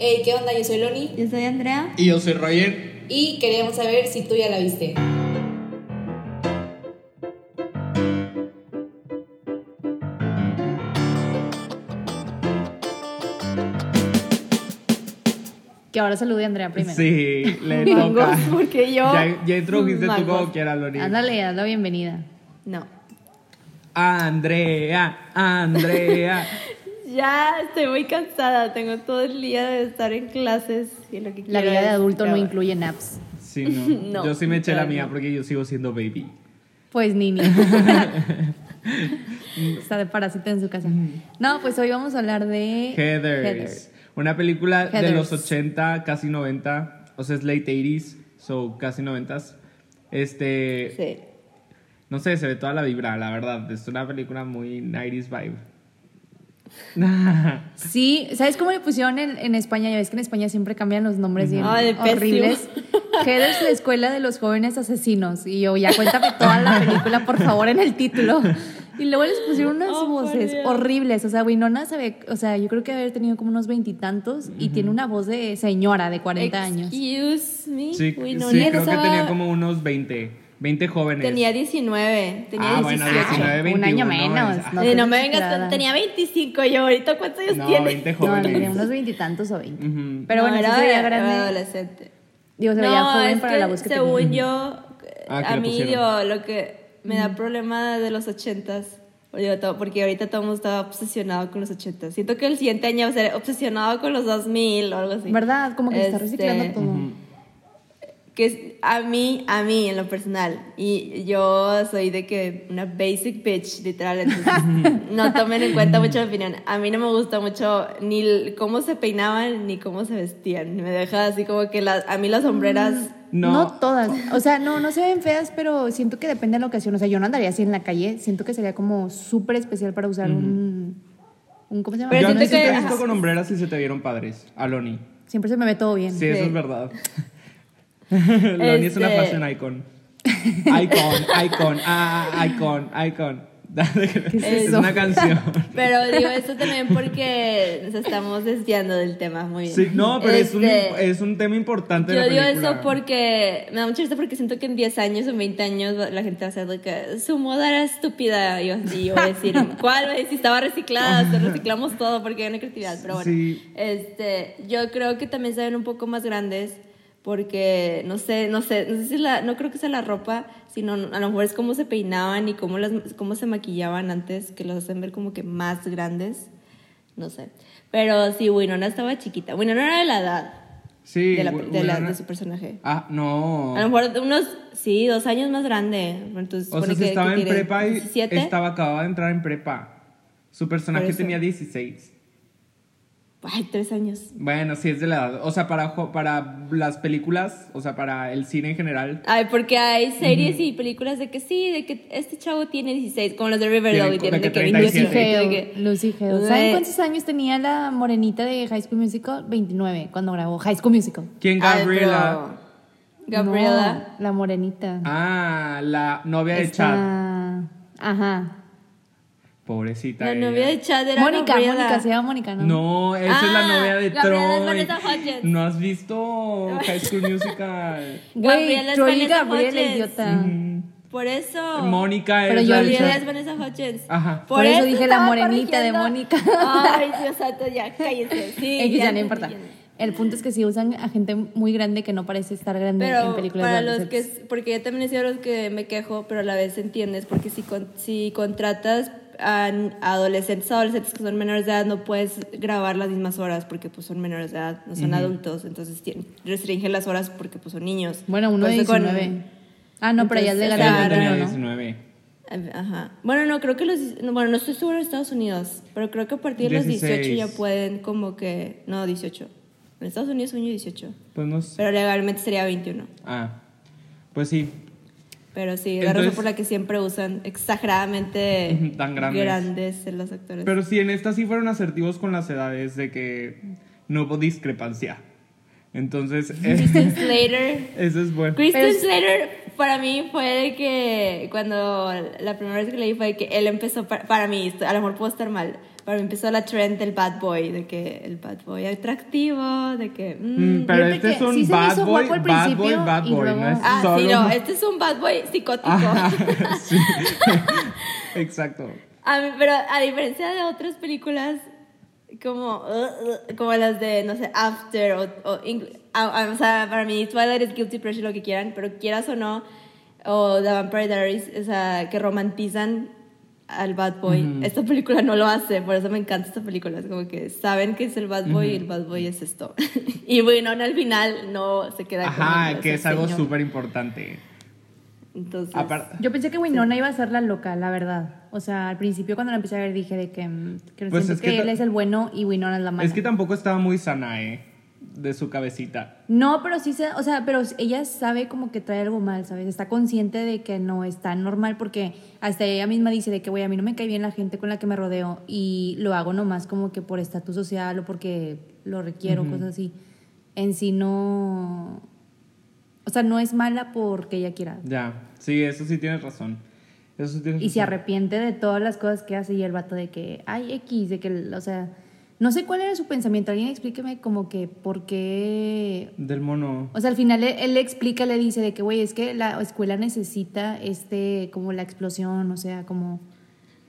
Hey, ¿qué onda? Yo soy Loni Yo soy Andrea. Y yo soy Roger. y queríamos saber si tú ya la viste. Que ahora salude a Andrea primero. Sí, le toca. porque yo. Ya, ya introdujiste tú Mangos. como quieras, Loni. Ándale, haz la bienvenida. No. Andrea, Andrea. Ya estoy muy cansada. Tengo todo el día de estar en clases y lo que La quiero vida de es adulto no acabar. incluye naps. Sí, no. No, yo sí me eché la claro, mía no. porque yo sigo siendo baby. Pues Nini. Está de parásito en su casa. No, pues hoy vamos a hablar de... Heathers. Una película de Eh, Heathers. los 80, casi 90. O sea, es late 80s, so casi 90s. Este. Sí. No sé, se ve toda la vibra, la verdad. Es una película muy 90s vibe. Sí, ¿sabes cómo le pusieron en, en España? Ya ves que en España siempre cambian los nombres bien Ay, de pésimo. horribles. Heathers, la escuela de los jóvenes asesinos. Y yo, ya cuéntame toda la película, por favor, en el título. Y luego les pusieron unas Oh, por voces Dios. horribles. O sea, Winona sabe, o sea, yo creo que haber tenido como unos veintitantos y, tiene una voz de señora de 40 años. Excuse me. Sí, Uy, sí, no, no, creo que estaba- tenía como unos 20, 20 jóvenes. Tenía 19. Tenía 17. Ah, bueno, 19, Un 21. año menos, es- no Eh, no me seas vengas con. chiflada. Tenía 25 yo. ¿Ahorita cuántos años No, tiene? 20 No, tenía jóvenes. unos veintitantos o veinte. Ujú. Pero bueno, No, sí era, se veía era grande. adolescente. Digo, se veía joven es para que la voz que según tenía. yo, Ah, que a le mí digo, pusieron. lo que me da problema de los ochentas, digo, to- porque ahorita todo el mundo está obsesionado con los ochentas. Siento que el siguiente año va a ser obsesionado con los 2000 o algo así. ¿Verdad? Como que se está Este, reciclando todo. Que es- a mí, a mí en lo personal, y yo soy de que una basic bitch, literal, entonces no tomen en cuenta mucho mi opinión. A mí no me gusta mucho ni el- cómo se peinaban ni cómo se vestían. Me deja así como que las, a mí las sombreras... No. No. todas. O sea, no, no se ven feas, pero siento que depende de la ocasión. O sea, yo no andaría así en la calle. Siento que sería como súper especial para usar un, un. ¿Cómo se llama? Pero Yo a Una ti sí siento te he que- visto con hombreras y se te vieron padres, a Loni. Siempre se me ve todo bien. Sí, eso Sí. es verdad. Loni es una Este- fashion icon. Icon, icon, ah, icon, icon. es es eso? una canción. Pero digo esto también porque nos estamos desviando del tema muy bien. Sí, no, pero es, un, Este, es un tema importante de Yo la digo película. eso porque me da mucha risa porque siento que en 10 años o 20 años va- la gente va a ser de que su moda era estúpida. Y yo, y yo voy a decir, ¿cuál? güey? Si estaba reciclada, se reciclamos todo porque hay una creatividad. Pero bueno, Sí. este, yo creo que también se ven un poco más grandes porque no sé, no sé, no sé si la, no creo que sea la ropa, sino a lo mejor es cómo se peinaban y cómo, las, cómo se maquillaban antes que los hacen ver como que más grandes. No sé. Pero sí, Winona estaba chiquita. Winona era de la edad Sí, de, la- bu- de la- buena- de su personaje. Ah, no. A lo mejor de unos, sí, dos años más grande. Entonces, O sea, supone si que- estaba que en tiene prepa y 17. estaba acababa de entrar en prepa. Su personaje eso. tenía 16. Ay, tres años. Bueno, sí es de la edad. O sea, para, jo- para las películas, o sea, para el cine en general, Ay, porque hay series y películas de que sí, de que este chavo tiene 16, como los de Tiene Riverdale, y como tienen de que que Lucy 37. 27. de Hale. que- Lucy Hale. Güey. ¿Saben cuántos años tenía la morenita de High School Musical? 29, cuando grabó High School Musical. ¿Quién Ay, pero- Gabriela? Gabriela. No, la morenita. Ah, la novia de Chad. Esta- Ajá. Pobrecita. La ella. novia de Chad era Mónica, Gabriela. Mónica, se llama Mónica, ¿no? No, esa es la Ah, novia de Gabriela es Troy. Vanessa Hudgens. ¿No has visto High School Musical? Güey, Gabriela es Troy Vanessa Gabriela, Hudgens. idiota. Por eso. Mónica Pero es yo la de olvidé Gabriela Chad. es Vanessa Hutchins. Ajá. Por eso dije la estaba morenita de corrigiendo. Mónica. Ay, Dios santo, ya, cállense. Sí, X, ya no te importa. entiendo. El punto es que sí usan a gente muy grande que no parece estar grande en Pero películas ¿eh? para de los que, adolescentes. porque yo también he sido los que me quejo, pero a la vez entiendes, porque si, con- si contratas a n- adolescentes, adolescentes que son menores de edad, no puedes grabar las mismas horas porque pues son menores de edad, no son adultos, entonces tien- restringe las horas porque pues son niños. Bueno, uno Por de eso pues, con- 19. Ah, no, pero ya es Entonces, legal. Ella Claro, tenía ¿no? 19. eh, Ajá. Bueno, no, creo que los. no, Bueno, no estoy segura en Estados Unidos, pero creo que a partir de los 18 ya 16. pueden, como que. No, 18. En Estados Unidos son 18. Pues no sé. Pero legalmente sería 21. Ah, pues sí. Pero sí, la Entonces- razón por la que siempre usan exageradamente Ujú, tan grandes. grandes en los actores. Pero sí, en esta sí fueron asertivos con las edades de que no hubo discrepancia. Entonces, eh, Kristen Slater. eso es bueno. Kristen Pero- Slater para mí fue de que cuando la primera vez que leí fue de que él empezó, para, para mí, a lo mejor puedo estar mal, para mí empezó la trend del bad boy, de que el bad boy atractivo, de que... mm. Mm, pero Fíjate este que es un sí se me bad, hizo boy, guapo al bad boy, principio bad y boy, luego- no es Ah, solo... sí, no, este es un bad boy psicótico. Ajá, sí. Exacto. A mí- pero a diferencia de otras películas como, uh, uh, como las de, no sé, After o, o Ingl- a- a- o sea, para mí Twilight es Guilty Pleasure, lo que quieran, pero quieras o no, o The Vampire Diaries, o sea, que romantizan al bad boy. Esta película no lo hace, por eso me encanta esta película. Es como que saben que es el bad boy y el bad boy es esto. y bueno, al final no se queda con Ajá, el- que ese es algo señor. súper importante. Entonces, Aparte... Yo pensé que Winona iba a ser la loca, la verdad. O sea, al principio cuando la empecé a ver dije de que, mm, que Pues siento es que que, él ta- es el bueno y Winona es la mala. Es que tampoco estaba muy sana, ¿eh? De su cabecita. No, pero sí se, o sea, pero ella sabe como que trae algo mal, ¿sabes? Está consciente de que no está normal porque hasta ella misma dice de que, güey, a mí no me cae bien la gente con la que me rodeo y lo hago nomás como que por estatus social o porque lo requiero, cosas así. En sí no... O sea, no es mala porque ella quiera. Ya, sí, eso sí tienes razón. Eso sí tienes Y se razón. arrepiente de todas las cosas que hace y el vato de que, ay, X, de que, o sea, no sé cuál era su pensamiento. Alguien explíqueme como que por qué Del mono. O sea, al final e, él, él le explica, le dice de que, güey, es que la escuela necesita este, como la explosión, o sea, como...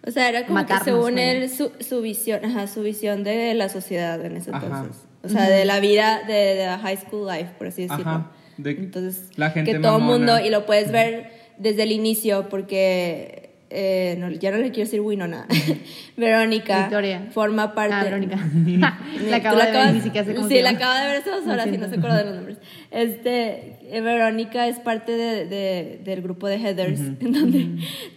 O sea, era como Matarnos, que según vaya. él, su, su visión, ajá, su visión de la sociedad en ese Ajá. entonces. O sea, de la vida, de, de la high school life, por así decirlo. Ajá, de entonces, la gente que todo el mamona. mundo, y lo puedes ver desde el inicio, porque eh, no, ya no le quiero decir Winona. Verónica Victoria. forma parte. Ah, Verónica. Ni- la tú acabo de ver, acabas- ni siquiera sé cómo Sí, se la llama. acabo de ver hace dos Lo horas y no siento. se acuerda de los nombres. Este, eh, Verónica es parte de, de- del grupo de Heathers, en donde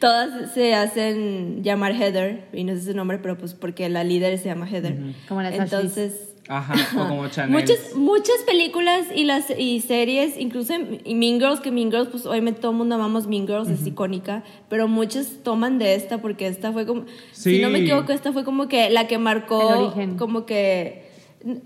todas se hacen llamar Heather, y no sé su nombre, pero pues porque la líder se llama Heather. Como las Ashleys. Entonces, Ajá, o como Chanel. muchas, muchas películas y, las, y series, incluso en- y Mean Girls, que Mean Girls, pues obviamente todo el mundo amamos Mean Girls, es icónica, pero muchas toman de esta porque esta fue como, si no me Sí. equivoco, esta fue como que la que marcó El origen. como que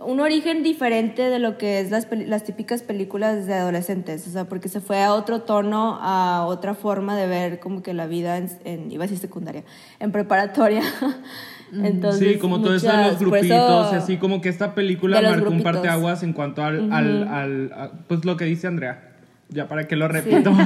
un origen diferente de lo que es las, peli- las típicas películas de adolescentes, o sea, porque se fue a otro tono, a otra forma de ver como que la vida en, en- iba a decir secundaria, en preparatoria. Entonces, sí, como todo eso de los muchas- por eso- grupitos, y así como que esta película de los marcó un grupitos. parteaguas en cuanto al, al, al- a- pues lo que dice Andrea. Ya para que lo repito.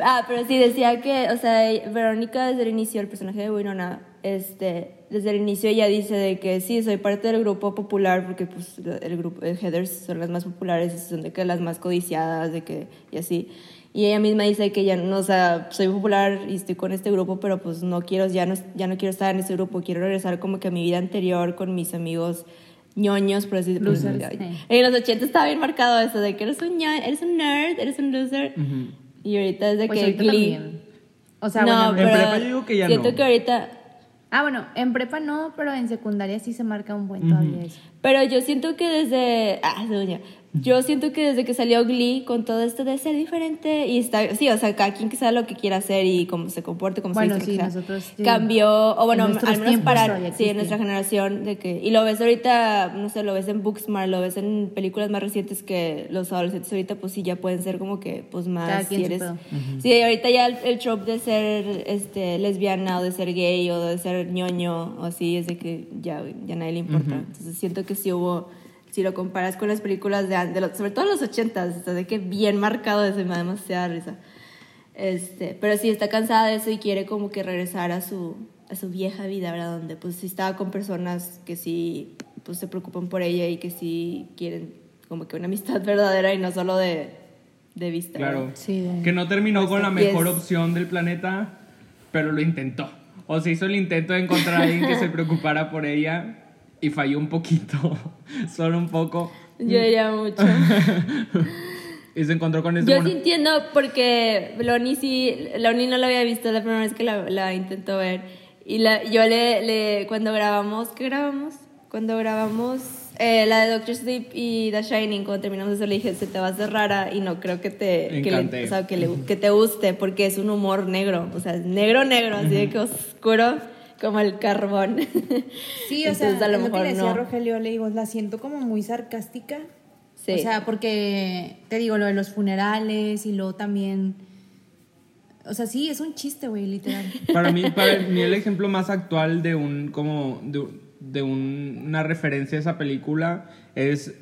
Ah, pero sí, decía que, o sea, Verónica desde el inicio, el personaje de Winona, este, desde el inicio ella dice de que sí, soy parte del grupo popular, porque pues el grupo de Heathers son las más populares, y son de que las más codiciadas, de que, y así. Y ella misma dice que ya no, o sea, soy popular y estoy con este grupo, pero pues no quiero, ya no, ya no quiero estar en ese grupo, quiero regresar como que a mi vida anterior con mis amigos ñoños, por así decirlo. Losers, sí. En los 80 estaba bien marcado eso, de que eres un, ña- eres un nerd, eres un loser. Y ahorita es de Pues que ahorita Glee. también. O sea, no, bueno, pero En prepa yo digo que ya siento no. que ahorita... Ah, bueno, en prepa no, pero en secundaria sí se marca un buen todavía eso. Pero yo siento que desde... Ah, según yo. Yo siento que desde que salió Glee, con todo esto de ser diferente, y está, sí, o sea, cada quien que sabe lo que quiera hacer y cómo se comporte, cómo Bueno, se viste, sí, lo que sea, nosotros, sí. cambió, o bueno, En al nuestros menos tiempos para todavía sí, existía. en nuestra generación, de que, y lo ves ahorita, no sé, lo ves en Booksmart, lo ves en películas más recientes que los adolescentes ahorita, pues sí, ya pueden ser como que, pues más, Cada quien su si eres... pedo. Sí, ahorita ya el, el trope de ser este, lesbiana o de ser gay o de ser ñoño o así es de que ya, ya a nadie le importa. Entonces siento que sí hubo, si lo comparas con las películas de, an- de los- sobre todo los ochentas, está de que bien marcado eso y me da demasiada risa. Este, pero sí está cansada de eso y quiere como que regresar a su, a su vieja vida, ¿verdad? Donde pues sí estaba con personas que sí pues, se preocupan por ella y que sí quieren como que una amistad verdadera y no solo de, de vista. claro. Sí, de- que no terminó con la Yes. mejor opción del planeta, pero lo intentó. O se hizo el intento de encontrar a alguien que se preocupara por ella y falló un poquito, solo un poco. Yo diría mucho. Y se encontró con ese Yo mono. sí entiendo porque Loni sí, Loni no la había visto la primera vez que la, la intentó ver. Y la, yo le, le, cuando grabamos, ¿qué grabamos? Cuando grabamos eh, la de Doctor Sleep y The Shining, cuando terminamos eso le dije, se te va a hacer rara y no creo que te, que, le- Encanté. o sea, que, le- que te guste porque es un humor negro, o sea, es negro, negro, así de que oscuro como el carbón. Sí, o Entonces, sea, a lo es lo que mejor le decía a no. Rogelio, le digo, la siento como muy sarcástica, Sí. O sea, porque te digo, lo de los funerales y luego también. O sea, sí, es un chiste, güey, literal. Para mí, para mí el ejemplo más actual de un como de, de un- una referencia a esa película es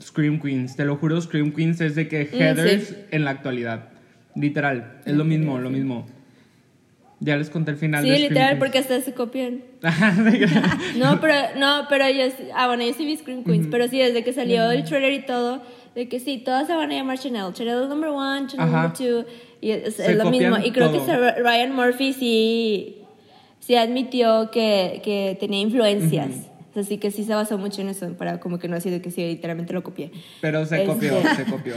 Scream Queens. Te lo juro, Scream Queens es de que Heathers Mm, sí. en la actualidad. Literal, es lo mismo, lo mismo. Ya les conté el final Sí, de Scream literal, Queens. porque hasta se copian. Ajá, No, pero, no, pero yo, sí- ah, bueno, yo sí vi Scream Queens, pero sí, desde que salió el trailer y todo, de que sí, todas se van a llamar Chanel, Chanel number one, Chanel Ajá. number two, y es, Se es lo copian mismo, y creo todo. que se- Ryan Murphy sí, sí admitió que, que tenía influencias, así que sí se basó mucho en eso, para como que no decir que sí, literalmente lo copié. pero se Este- copió, se copió.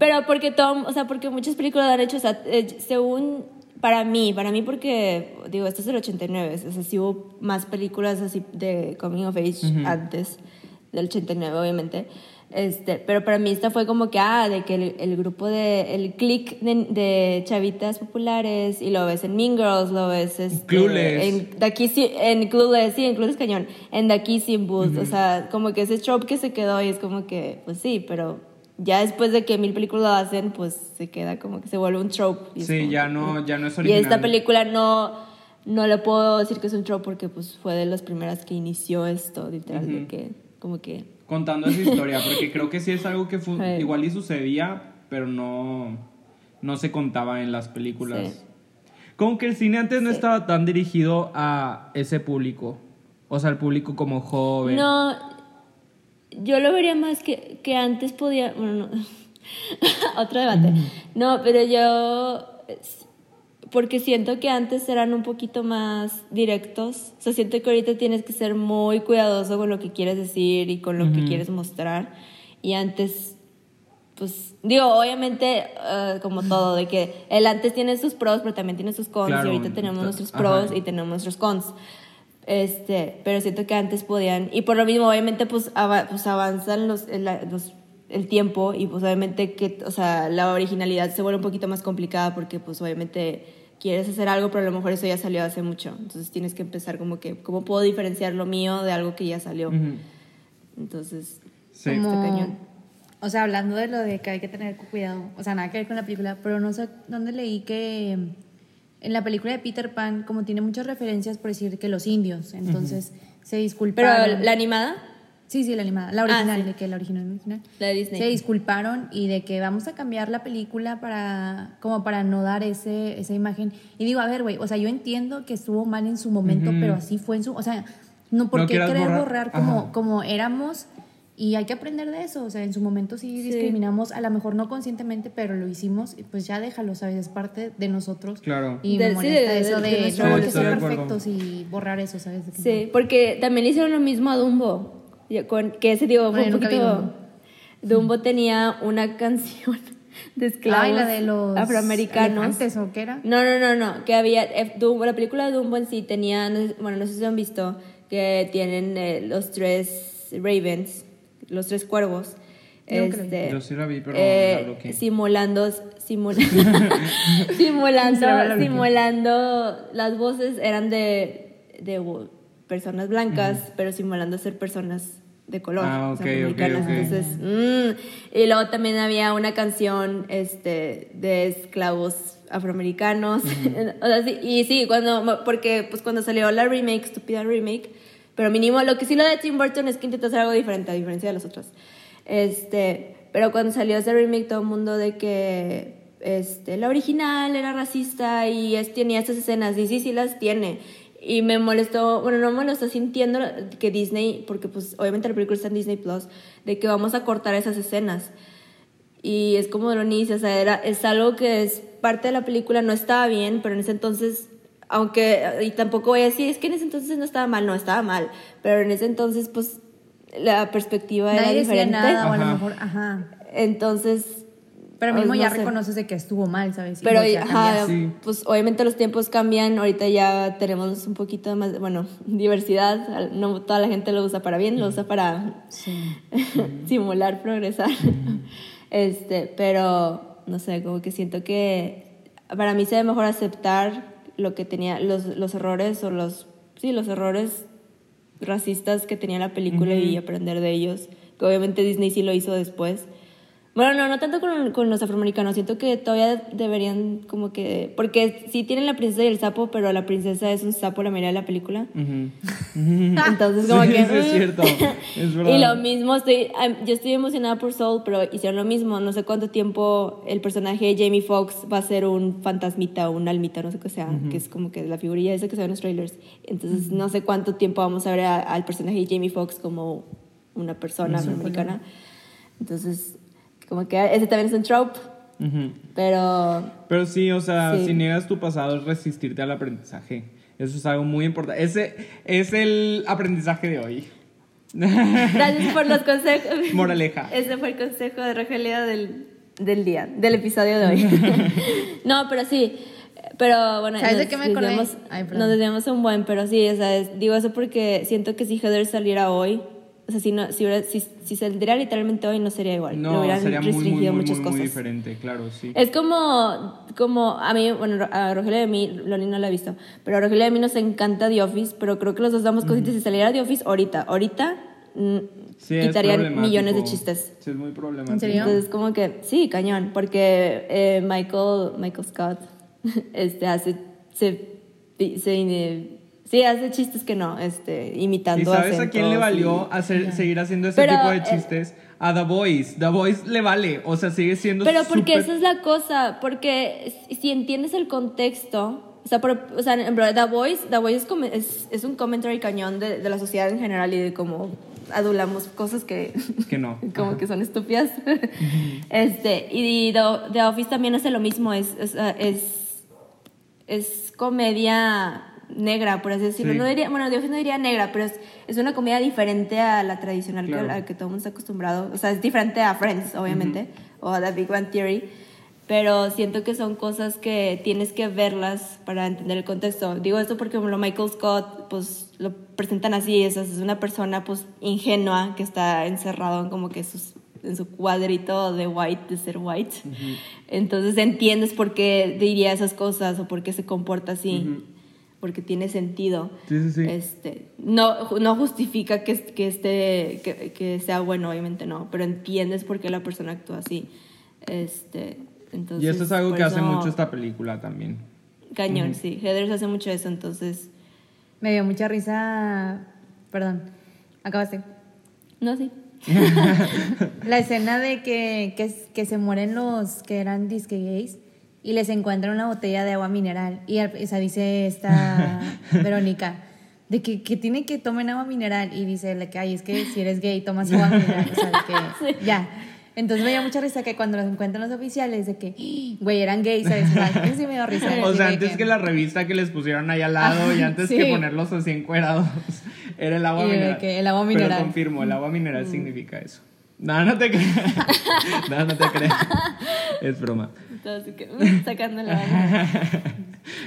Pero porque Tom, o sea, porque muchas películas lo han hecho, o sea, eh, según para mí, para mí porque digo, esto es el 89, o sea, sí hubo más películas así de coming of age antes del 89 obviamente. Este, pero para mí esta fue como que ah, de que el, el grupo de el click de, de chavitas populares y lo ves en Mean Girls, lo ves este, Clueless. en de aquí sí- en Clueless, sí, en Clueless Cañón, en The Kissing Booth, o sea, como que ese trope que se quedó y es como que, pues sí, pero ya después de que mil películas lo hacen, pues se queda como que se vuelve un trope. y es Sí, como ya que- no, ya no es Y original. esta película no, no le puedo decir que es un trope porque pues fue de las primeras que inició esto, literal, de que como que... Contando esa historia, porque creo que sí es algo que fu- A ver. igual y sucedía, pero no, no se contaba en las películas. Sí. Como que el cine antes no estaba tan dirigido a ese público. O sea, al público como joven. No, yo lo vería más que, que antes podía... Bueno, no. Otro debate. Mm. No, pero yo... es- Porque siento que antes eran un poquito más directos. O sea, siento que ahorita tienes que ser muy cuidadoso con lo que quieres decir y con lo que quieres mostrar. Y antes pues digo, obviamente, eh, como todo, de que el antes tiene sus pros, pero también tiene sus cons, Claro, y ahorita tenemos ta- nuestros ajá. pros y tenemos nuestros cons. Este, pero siento que antes podían, y por lo mismo, obviamente, pues, ava- pues avanzan los, el, la- los- el tiempo y pues obviamente que, o sea, la originalidad se vuelve un poquito más complicada porque pues obviamente quieres hacer algo, pero a lo mejor eso ya salió hace mucho. Entonces tienes que empezar como que, ¿cómo puedo diferenciar lo mío de algo que ya salió? Ujú. Entonces, Sí. Como- Está Este cañón. O sea, hablando de lo de que hay que tener cuidado, o sea, nada que ver con la película, pero no sé dónde leí que mm, en la película de Peter Pan, como tiene muchas referencias por decir que los indios, entonces se pero disculparon. la animada, Sí, sí, la animada, la original, sí. de que la original, la original. La de Disney. Se disculparon y de que vamos a cambiar la película para como para no dar ese esa imagen. Y digo, a ver, güey, o sea, yo entiendo que estuvo mal en su momento, Ujú. pero así fue en su, o sea, no por No qué quieras querer borrar, borrar, como ajá. como éramos y hay que aprender de eso, o sea, en su momento sí, Sí. discriminamos, a lo mejor no conscientemente, pero lo hicimos y pues ya déjalo, sabes, es parte de nosotros. Claro. Y Del- me sí, molesta de- eso de- de, de nuestra no, que evolución. son Estoy de acuerdo. perfectos y borrar eso, ¿sabes? De que Sí, porque también le hicieron lo mismo a Dumbo. y con- que ese, digo, fue Bueno, un nunca vi poquito. Dumbo. Dumbo. tenía una canción de esclavos Ay, la de los afroamericanos. elefantes, ¿o qué era? No, no, no, no. Que había. eh, Dumbo- la película de Dumbo en sí tenía. no sé- Bueno, no sé si han visto. Que tienen eh, los tres Ravens, los tres cuervos. Nunca la vi. este, Yo sí la vi, pero eh, la bloqueé. simulando. simul- simulando. Cerebro la bloqueé. simulando. Las voces eran de, de wo- personas blancas, pero simulando ser personas de color. Ah, o sea, ok, ok, afroamericanas. ok. Entonces, Mm, y luego también había una canción este, de esclavos afroamericanos. O sea, sí, y sí, cuando, porque pues cuando salió la remake, estúpida remake, pero mínimo lo que sí lo de Tim Burton es que intentó hacer algo diferente, a diferencia de los otros. Este, pero cuando salió ese remake, todo el mundo de que este, la original era racista y es- tenía estas escenas, y sí, sí las tiene. Y me molestó, bueno, no me molestó sintiendo que Disney, porque pues obviamente la película está en Disney Plus, de que vamos a cortar esas escenas. Y es como lo inicia, o sea, era, es algo que es parte de la película, no estaba bien, pero en ese entonces, aunque, y tampoco voy a decir, es que en ese entonces no estaba mal, no estaba mal, pero en ese entonces, pues, la perspectiva era Nadie decía diferente. nada, o a lo Ajá. mejor, ajá. Entonces, Pero Ay, mismo no ya sé. reconoces de que estuvo mal, ¿sabes? Y Pero, luego ya ajá, cambias. Sí. pues obviamente los tiempos cambian, ahorita ya tenemos un poquito más, bueno, diversidad, al- no toda la gente lo usa para bien, lo usa para simular progresar. Este, pero, no sé, como que siento que para mí se ve mejor aceptar lo que tenía, los, los errores o los, sí, los errores racistas que tenía la película y aprender de ellos que obviamente Disney sí lo hizo después. Bueno, no, no tanto con, con los afroamericanos, siento que todavía deberían como que... Porque sí tienen la princesa y el sapo, pero la princesa es un sapo la mayoría de la película. Entonces como Sí, que... mm. sí, es cierto. Es verdad. Y lo mismo, estoy, am- yo estoy emocionada por Soul, pero hicieron lo mismo. No sé cuánto tiempo el personaje de Jamie Foxx va a ser un fantasmita o un almita, no sé qué sea, que es como que la figurilla esa que se ve en los trailers. Entonces, no sé cuánto tiempo vamos a ver a- al personaje de Jamie Foxx como una persona afroamericana. Entonces, como que ese también es un trope, Ujú. pero Pero sí, o sea, Sí. si niegas tu pasado es resistirte al aprendizaje. Eso es algo muy importante. Ese es el aprendizaje de hoy. gracias por los consejos. Moraleja. Ese fue el consejo de Rogelio del, del día, del episodio de hoy. no, pero sí. Pero bueno, ¿Sabes de qué me acordé? desviamos- Ay, perdón. nos desviamos un buen, pero sí, o sea, es- digo eso porque siento que si Heather saliera hoy, o sea, si, no, si, hubiera- si, si saldría literalmente hoy, no sería igual. Le No, hubieran sería muy, muy, muy, restringido muy, muchas muy cosas. Eh, diferente, claro, sí. Es como, como a mí, bueno, Ro- a Rogelio de mí, Loli no la ha visto, pero a Rogelio de mí nos encanta The Office, pero creo que los dos damos cositas. Si saliera The Office ahorita, ahorita mm, Sí, es quitarían problemático. millones de chistes. Sí, es muy problemático. ¿En serio? Entonces, como que, sí, cañón, porque eh, Michael, Michael Scott, este, hace, se, se, eh, sí, hace chistes que no, este, imitando ¿Y sabes a acentos quién le y- valió hacer, seguir haciendo ese Pero, tipo de eh, chistes? A The Voice. The Voice le vale. O sea, sigue siendo Pero porque súper- esa es la cosa, porque si- si entiendes el contexto, o sea, por- o sea, en verdad, The Voice, The Voice es, come- es, es un commentary cañón de, de la sociedad en general y de cómo adulamos cosas que, Que no. como que son estúpidas. este, y The, The Office también hace lo mismo, es, es, ah, es, es comedia negra, por así decirlo. Sí. No diría, bueno, The Office no diría negra, pero es, es una comedia diferente a la tradicional que- Claro. a la que todo el mundo está acostumbrado. O sea, es diferente a Friends, obviamente, o a The Big Bang Theory. Pero siento que son cosas que tienes que verlas para entender el contexto. Digo esto porque, por ejemplo, Michael Scott, pues lo presentan así, es, es una persona pues ingenua que está encerrado en como que sus, en su cuadrito de white, de ser white. Entonces entiendes por qué diría esas cosas o por qué se comporta así, porque tiene sentido. Sí, sí, sí. Este, no, ju- no justifica que, es- que, esté, que, que sea bueno, obviamente no, pero entiendes por qué la persona actúa así. Este, entonces, y eso es algo por que hace eso- mucho esta película también. Cañón, sí. Heathers hace mucho eso, entonces... Me dio mucha risa. Perdón. Acabaste. No, sí. La escena de que, que, que se mueren los que eran disque gays y les encuentran una botella de agua mineral. Y al- o sea, dice esta Verónica, de que, que tiene que tomen agua mineral. Y dice, la que, ay, es que si eres gay tomas agua mineral. O sea, de que ya. Entonces me dio mucha risa que cuando los encuentran los oficiales, de que, "Ah, güey, eran gays, ¿sabes? O sea, eso sí me dio risa. O así sea, de antes que la revista que les pusieron ahí al lado y antes sí. que ponerlos así encuerados, era el Y agua de mineral. que el agua Pero mineral. Mm. confirmo, el agua mineral significa eso. No, no te creas. No, no te creas. Es broma. Entonces, que, mm, sacando la vaina.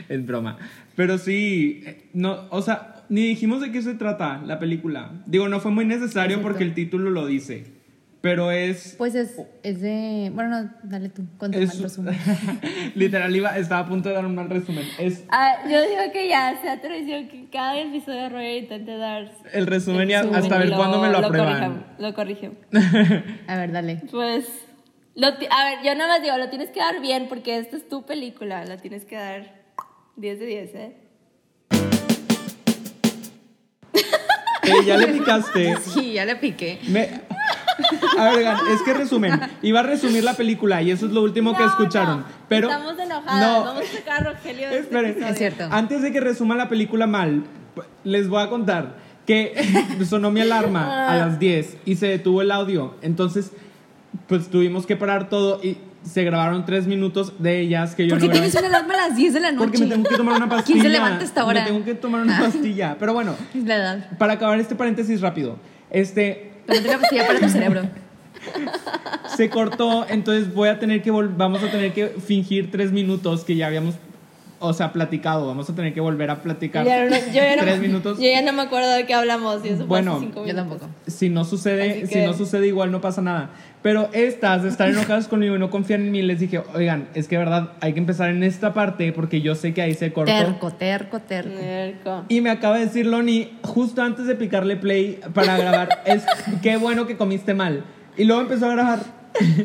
es broma. Pero sí, eh, no, o sea, ni dijimos de qué se trata la película. Digo, no fue muy necesario porque el título lo dice. Pero es. Pues es, es de... Bueno, no, dale tú, con tu mal es resumen. literal, iba, estaba a punto de dar un mal resumen. Es Ah, yo digo que ya sea tradición que cada episodio de Roger intente dar... el resumen, y el resumen hasta y ver cuándo me lo corrijan, aprueban. Lo corrigen. A ver, dale. Pues, lo ti- a ver, yo nada más digo, lo tienes que dar bien porque esta es tu película, la tienes que dar 10 de 10, ¿eh? Eh, ya le picaste. Sí, ya le piqué. Me- A ver, oigan, es que resumen. Iba a resumir la película y eso es lo último que No, escucharon. no, pero Estamos enojadas, vamos a sacar a Rogelio de este Esperen. episodio. Es cierto. Antes de que resuma la película mal, les voy a contar que sonó mi alarma a las 10 y se detuvo el audio. Entonces, pues tuvimos que parar todo y se grabaron tres minutos de ellas que yo ¿Por no qué grabé. tienes una alarma a las 10 de la noche? Porque me tengo que tomar una pastilla. ¿Quién se levanta hasta ahora? Me tengo que tomar Ah. una pastilla. Pero bueno, Es la edad. para acabar este paréntesis rápido. Este, Tómate una pastilla para tu cerebro. se cortó, entonces voy a tener que vol- vamos a tener que fingir tres minutos que ya habíamos o sea, platicado. Vamos a tener que volver a platicar Ya no- yo ya no- tres minutos. Yo ya no me acuerdo de qué hablamos. Y eso Bueno, fue hace cinco Yo minutos. tampoco. Si no sucede, Así si que- no sucede igual no pasa nada. Pero estas de estar enojadas conmigo y no confían en mí, les dije, oigan, es que verdad hay que empezar en esta parte porque yo sé que ahí se cortó. Terco, terco, terco. Nerco. Y me acaba de decir Loni, justo antes de picarle play para grabar, es qué bueno que comiste mal. Y luego empezó a grabar.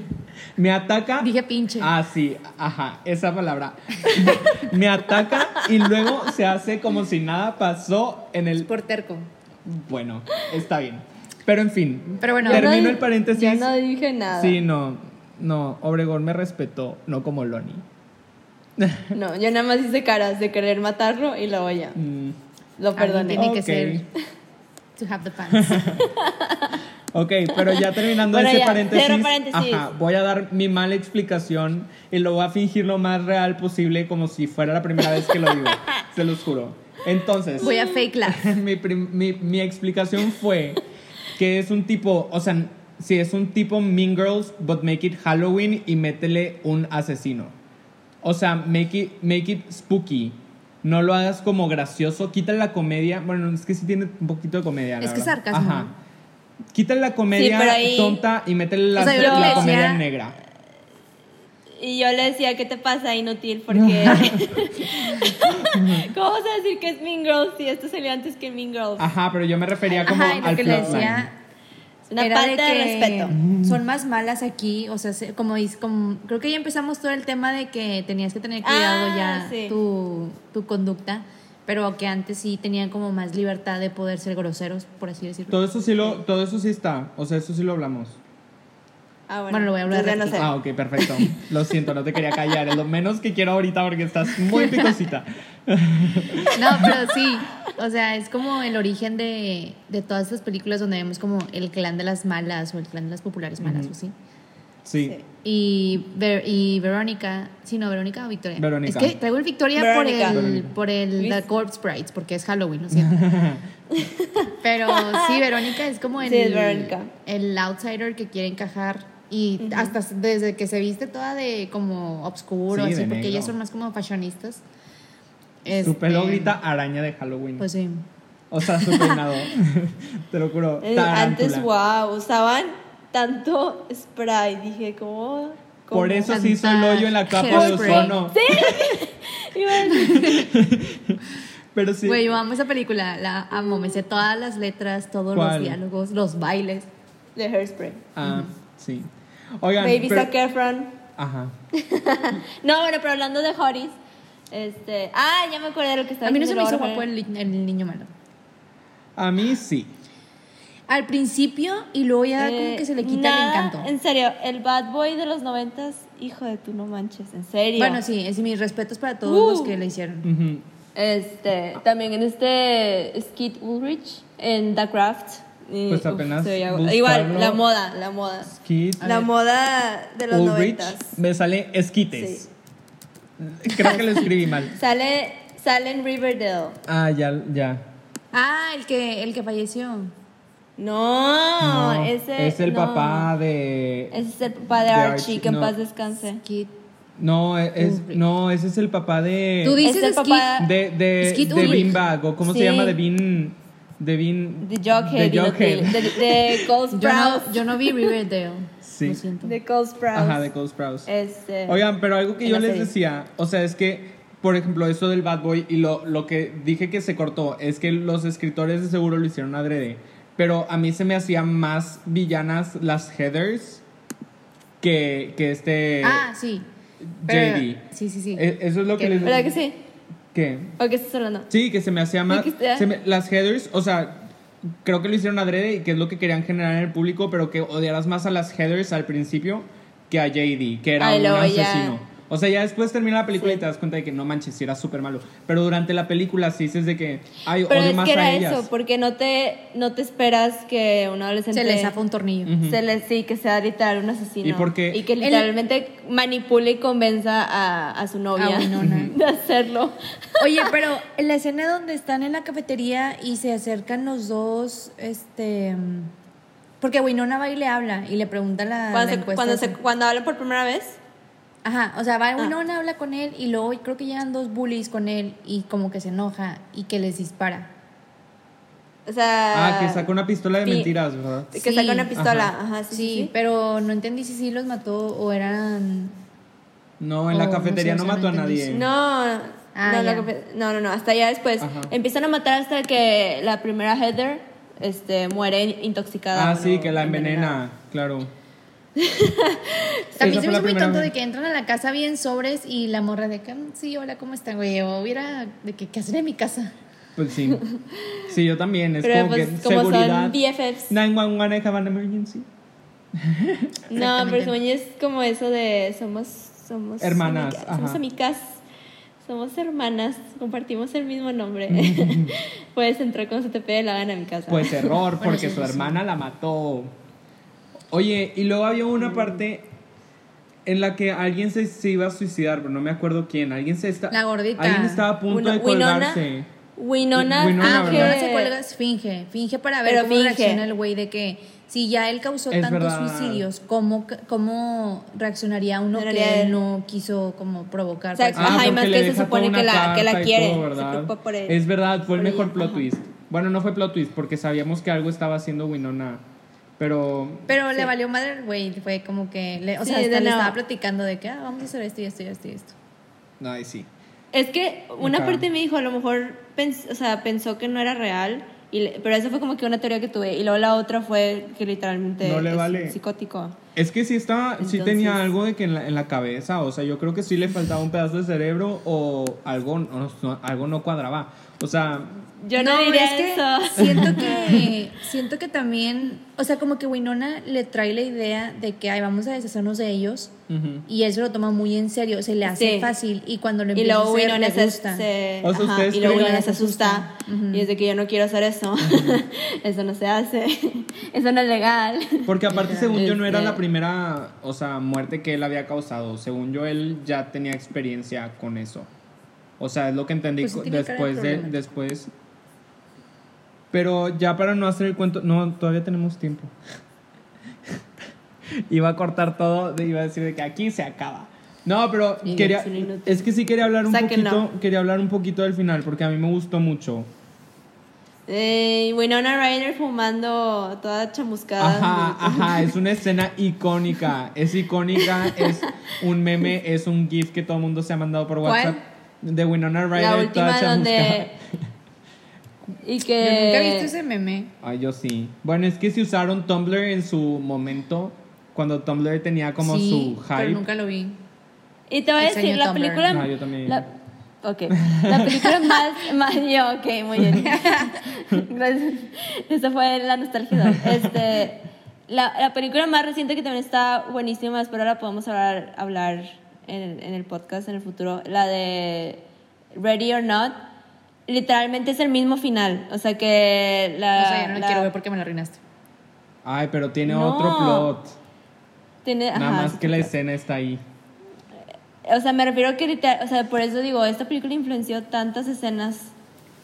me ataca. Dije pinche. Ah, sí, ajá, esa palabra. me ataca y luego se hace como si nada pasó en el. Por terco. Bueno, está bien. Pero en fin. Pero bueno, Yo no termino di- el paréntesis. Yo no dije nada. Sí, no, no, Obregón me respetó, no como Loni. No, yo nada más hice caras de querer matarlo y luego ya. Mm, Lo perdoné. Tiene que ok. ser. To have the pants. Ok, pero ya terminando Bueno, ese ya, paréntesis, cierro paréntesis. ajá, voy a dar mi mala explicación y lo voy a fingir lo más real posible como si fuera la primera vez que lo digo, se los juro. Entonces, Voy a fake laugh. mi, prim- mi- mi explicación fue que es un tipo, o sea, si es un tipo Mean Girls, but make it Halloween y métele un asesino. O sea, make it, make it spooky. No lo hagas como gracioso, quita la comedia. Bueno, es que sí tiene un poquito de comedia. la Es que es verdad. sarcasmo. Ajá. Quita la comedia pero ahí- tonta y métele la, O sea, yo lo que la decía- comedia negra. Y yo le decía, ¿qué te pasa, inútil? Porque. ¿Cómo vas a decir que es Mean Girls si esto salió antes que Mean Girls? Ajá, pero yo me refería como Ajá, y al lo que le plotline. decía Es una era falta de, que respeto. Son más malas aquí, o sea, se- como, dice- como- creo que ya empezamos todo el tema de que tenías que tener cuidado Ah, ya sí. tu, tu conducta, pero que antes sí tenían como más libertad de poder ser groseros, por así decirlo. Todo eso sí lo, todo eso sí está. O sea, eso sí lo hablamos. Ah, bueno. Bueno, lo voy a hablar entonces ya de no sé. Ah, ok, perfecto. Lo siento, no te quería callar. Es lo menos que quiero ahorita porque estás muy picosita. No, pero sí, o sea, es como el origen de, de todas estas películas donde vemos como el clan de las malas o el clan de las populares malas, o sí. Sí. Y, Ver- y Verónica, sí, no, Verónica o Victoria. Verónica. Es que traigo el Victoria Verónica. por el, Verónica. Por el Luis. The Corpse Brides, porque es Halloween, lo siento. Pero sí, Verónica es como el, Sí, es Verónica. el outsider que quiere encajar. Y hasta desde que se viste toda de como obscuro, Sí, así, de porque negro. ellas son más como fashionistas. Su Este, pelo grita araña de Halloween. Pues sí. O sea, su peinado. Te lo juro. Eh, tarántula. Antes, wow, usaban tanto spray. Dije, ¿cómo? ¿Cómo? Por eso se hizo el Tanta hoyo en la capa de hairspray. ozono. Iba a decir, Pero sí. Güey, yo amo esa película, la amo, me sé todas las letras, todos ¿Cuál? los diálogos, los bailes. De hairspray. Ah, sí. Oigan. Baby pero- Zac Efron. Ajá. No, bueno, pero hablando de Horis. Este. Ah, ya me acordé de lo que estaba A mí no se me hizo diciendo Laura. guapo el, li- el niño malo. A mí sí. Al principio y luego ya Eh, como que se le quita nada, el encanto. En serio, el bad boy de los noventas, hijo de tú no manches, en serio. Bueno, sí, es mis respetos para todos Uh. los que le hicieron. Ujú. Este, también en este Skid Ulrich, en The Craft. y, Pues uf, apenas se veía- buscarlo. Igual, la moda, la moda. Skid. La moda de los Ulrich. noventas. Me sale esquites. Creo que lo escribí mal. Sale, sale en Riverdale. Ah, ya, ya. Ah, el que, el que falleció. No, No, ese es el no. papá de. Ese es el papá de de Archie, Archie, que en no. paz descanse. Kid. No, e, es, no, ese es el papá de. Tú dices Ese Skid. papá- de de, Skid de Ulrich. Beanbag, o cómo Sí. se llama, de Bean. De Bean. De Jughead. De y los- Jughead. De, de Cole Yo Sprouse. no, yo no vi Riverdale. Sí. Lo siento. De Cole Sprouse. Ajá, de Cole Sprouse. Este, Oigan, pero algo que en yo la les serie. decía, o sea, es que, por ejemplo, eso del Bad Boy y lo, lo que dije que se cortó, es que los escritores de seguro lo hicieron adrede, pero a mí se me hacían más villanas las Heathers que, que este Ah, sí. Pero- JD. Sí, sí, sí. E- Eso es lo que les ¿Verdad que sí? ¿Qué? ¿O qué estás hablando? Sí, que se me hacía más. que sea- se me- las headers, o sea, creo que lo hicieron adrede y que es lo que querían generar en el público, pero que odiarás más a las headers al principio que a JD, que era Ay, un luego ya- asesino. O sea, ya después termina la película y te das cuenta de que no manches, sí era súper malo. Pero durante la película sí dices de que, ay, Pero odio es más que a era ellas. eso, porque no te, no te esperas que un adolescente Se le zafa un tornillo. Ujú. se le- sí, que sea literal un asesino. Y porque- que literalmente manipule y convenza a, a su novia A Winona. de hacerlo. Oye, pero en la escena donde están en la cafetería y se acercan los dos, este... mm, Porque Winona va y le habla y le pregunta la, Cuando, la se, Ah. encuesta cuando, esa. se- cuando hablan por primera vez, Ajá, o sea, va Winona, habla con él y luego creo que llegan dos bullies con él y como que se enoja y que les dispara. O sea. Ah, que saca una pistola de sí. mentiras, ¿verdad? Que Sí, saca una pistola. ajá. Ajá, Sí, sí. sí, sí. pero no entendí si sí los mató o eran... No, en Oh, la no cafetería sé, no o sea, mató a no nadie. No, Ah, no, ya. no, no, no, no, hasta ya después. Ajá. Empiezan a matar hasta que la primera Heather este, muere intoxicada. Ah, sí, ¿no? que la Envenenada. envenena, claro. También se Esa fue me la hizo muy primera tonto vez. de que entran a la casa bien sobres y la morra de que, "Mm, sí, hola, ¿cómo están, güey? O hubiera de que, ¿qué hacer en mi casa? Pues sí. Sí, yo también. Es Pero como pues que como seguridad. son BFFs. 911, I have an emergency. No, Exactamente. pero según yo es como eso de somos, somos Hermanas, amiga- ajá. somos amigas, somos hermanas, compartimos el mismo nombre. Puedes entrar cuando se te pegue la gana a mi casa. Pues error, porque su hermana la mató. Oye, y luego había Mm. una parte en la que alguien se, se iba a suicidar, pero no me acuerdo quién. Alguien se está. La gordita. Alguien estaba a punto Wino- de colgarse. Winona, Winona, Ah, ¿verdad? finge- pero ahora se cuelga, finge, finge para ver Pero cómo finge. reacciona el güey de que si ya él causó Es tantos verdad. suicidios, ¿cómo, ca- ¿cómo reaccionaría uno En que realidad- él no quiso como provocar? O sea, por así Ajá, y Ah, porque más le que se deja supone toda que una la- que la carta y quiere, todo, se ¿verdad? preocupa por él. Es verdad, fue el Por mejor ella, plot ajá. twist. Bueno, no fue plot twist, porque sabíamos que algo estaba haciendo Winona. Pero. Pero le valió madre al güey, fue como que, le- o Ah, Sí, sea, hasta de le no. estaba platicando de que, ah, vamos a hacer esto y esto y esto y esto. Ay, sí. Es que una Ajá. parte me dijo, a lo mejor pens- o sea, pensó que no era real, y le- pero esa fue como que una teoría que tuve. Y luego la otra fue que literalmente No le es vale. psicótico. Es que sí estaba, sí Entonces- tenía algo de que en la, en la cabeza, o sea, yo creo que sí le faltaba un pedazo de cerebro o algo, o no- algo no cuadraba. O sea, Yo no, diría es que eso. Siento que, siento que también, o sea, como que Winona le trae la idea de que, ay, vamos a deshacernos de ellos. ujú. Y él se lo toma muy en serio, se le hace Sí. fácil y cuando lo Y empieza luego a hacer, Winona le se, gusta. se- O sea, ajá, ustedes y luego creen- Winona se asusta y es de que yo no quiero hacer eso. eso no se hace. eso no es legal. Porque aparte, según yo, no era Este- la primera, o sea, muerte que él había causado. Según yo, él ya tenía experiencia con eso. O sea, es lo que entendí Pues sí co- tiene cara de después de, problemático. después. Pero ya para no hacer el cuento, no, todavía tenemos tiempo. iba a cortar todo, de- iba a decir de que aquí se acaba. No, pero Y quería, es un inútil. es que sí quería hablar un Sáquenlo. poquito, quería hablar un poquito del final porque a mí me gustó mucho. Eh, Winona Ryder fumando toda chamuscada. Ajá, ajá, es una escena icónica. Es icónica, es un meme, es un GIF que todo el mundo se ha mandado por ¿Cuál? WhatsApp. De Winona Ryder, La toda última donde... chamuscada. Y Yo que... nunca he visto ese meme. Ay, yo sí. Bueno, es que si usaron Tumblr en su momento, cuando Tumblr tenía como sí, su pero hype. nunca lo vi. Y te voy a Extraño decir, la Tumblr. película. No, yo también. La, ok. La película más. más yo, ok, muy bien. Gracias. Esa fue la nostalgia. Este, la, la película más reciente que también está buenísima, espero la podamos hablar, hablar en, el, en el podcast en el futuro. La de Ready or Not. Literalmente es el mismo final. O sea que la. O sea, ya no lo la- quiero ver porque me lo arruinaste. Ay, pero tiene No. otro plot. tiene- Nada ajá, más sí, que la claro. escena está ahí. O sea, me refiero que literal- o sea, por eso digo, esta película influenció tantas escenas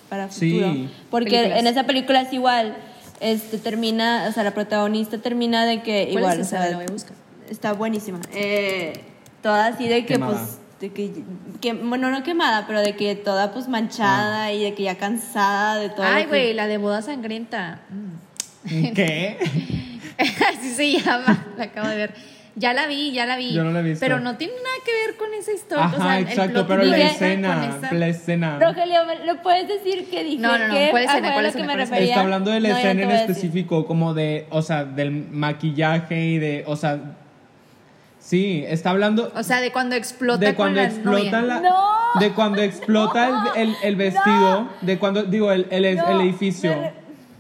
para Sí. futuro. Porque Películas. en esa película es igual. Este termina, o sea, la protagonista termina de que ¿Cuál igual, es o esa? sea, La voy a buscar. está buenísima. Eh, toda así de que Quemada. pues de que, que- bueno, no quemada, pero de que toda pues manchada Ah. y de que ya cansada de todo. lo Ay, que- güey, la de boda sangrenta. Mm. ¿Qué? Así se llama, la acabo de ver. Ya la vi, ya la vi. Yo no la he visto. Pero no tiene nada que ver con esa historia. Ajá, o sea, el exacto, plot pero la twist escena, con esa- la escena. Rogelio, ¿me- ¿lo puedes decir que dije? No, no, no, que ¿cuál a escena? fue ¿Cuál lo escena? que me ¿Cuál escena? refería? Está hablando de la No, ya no escena te en voy a decir. específico, como de, o sea, del maquillaje y de, o sea, sí, está hablando O sea, de cuando explota de con cuando la novia. explota la, ¡No! de cuando explota el, el- el vestido, de cuando digo el, el, el ¡No! edificio, Me re-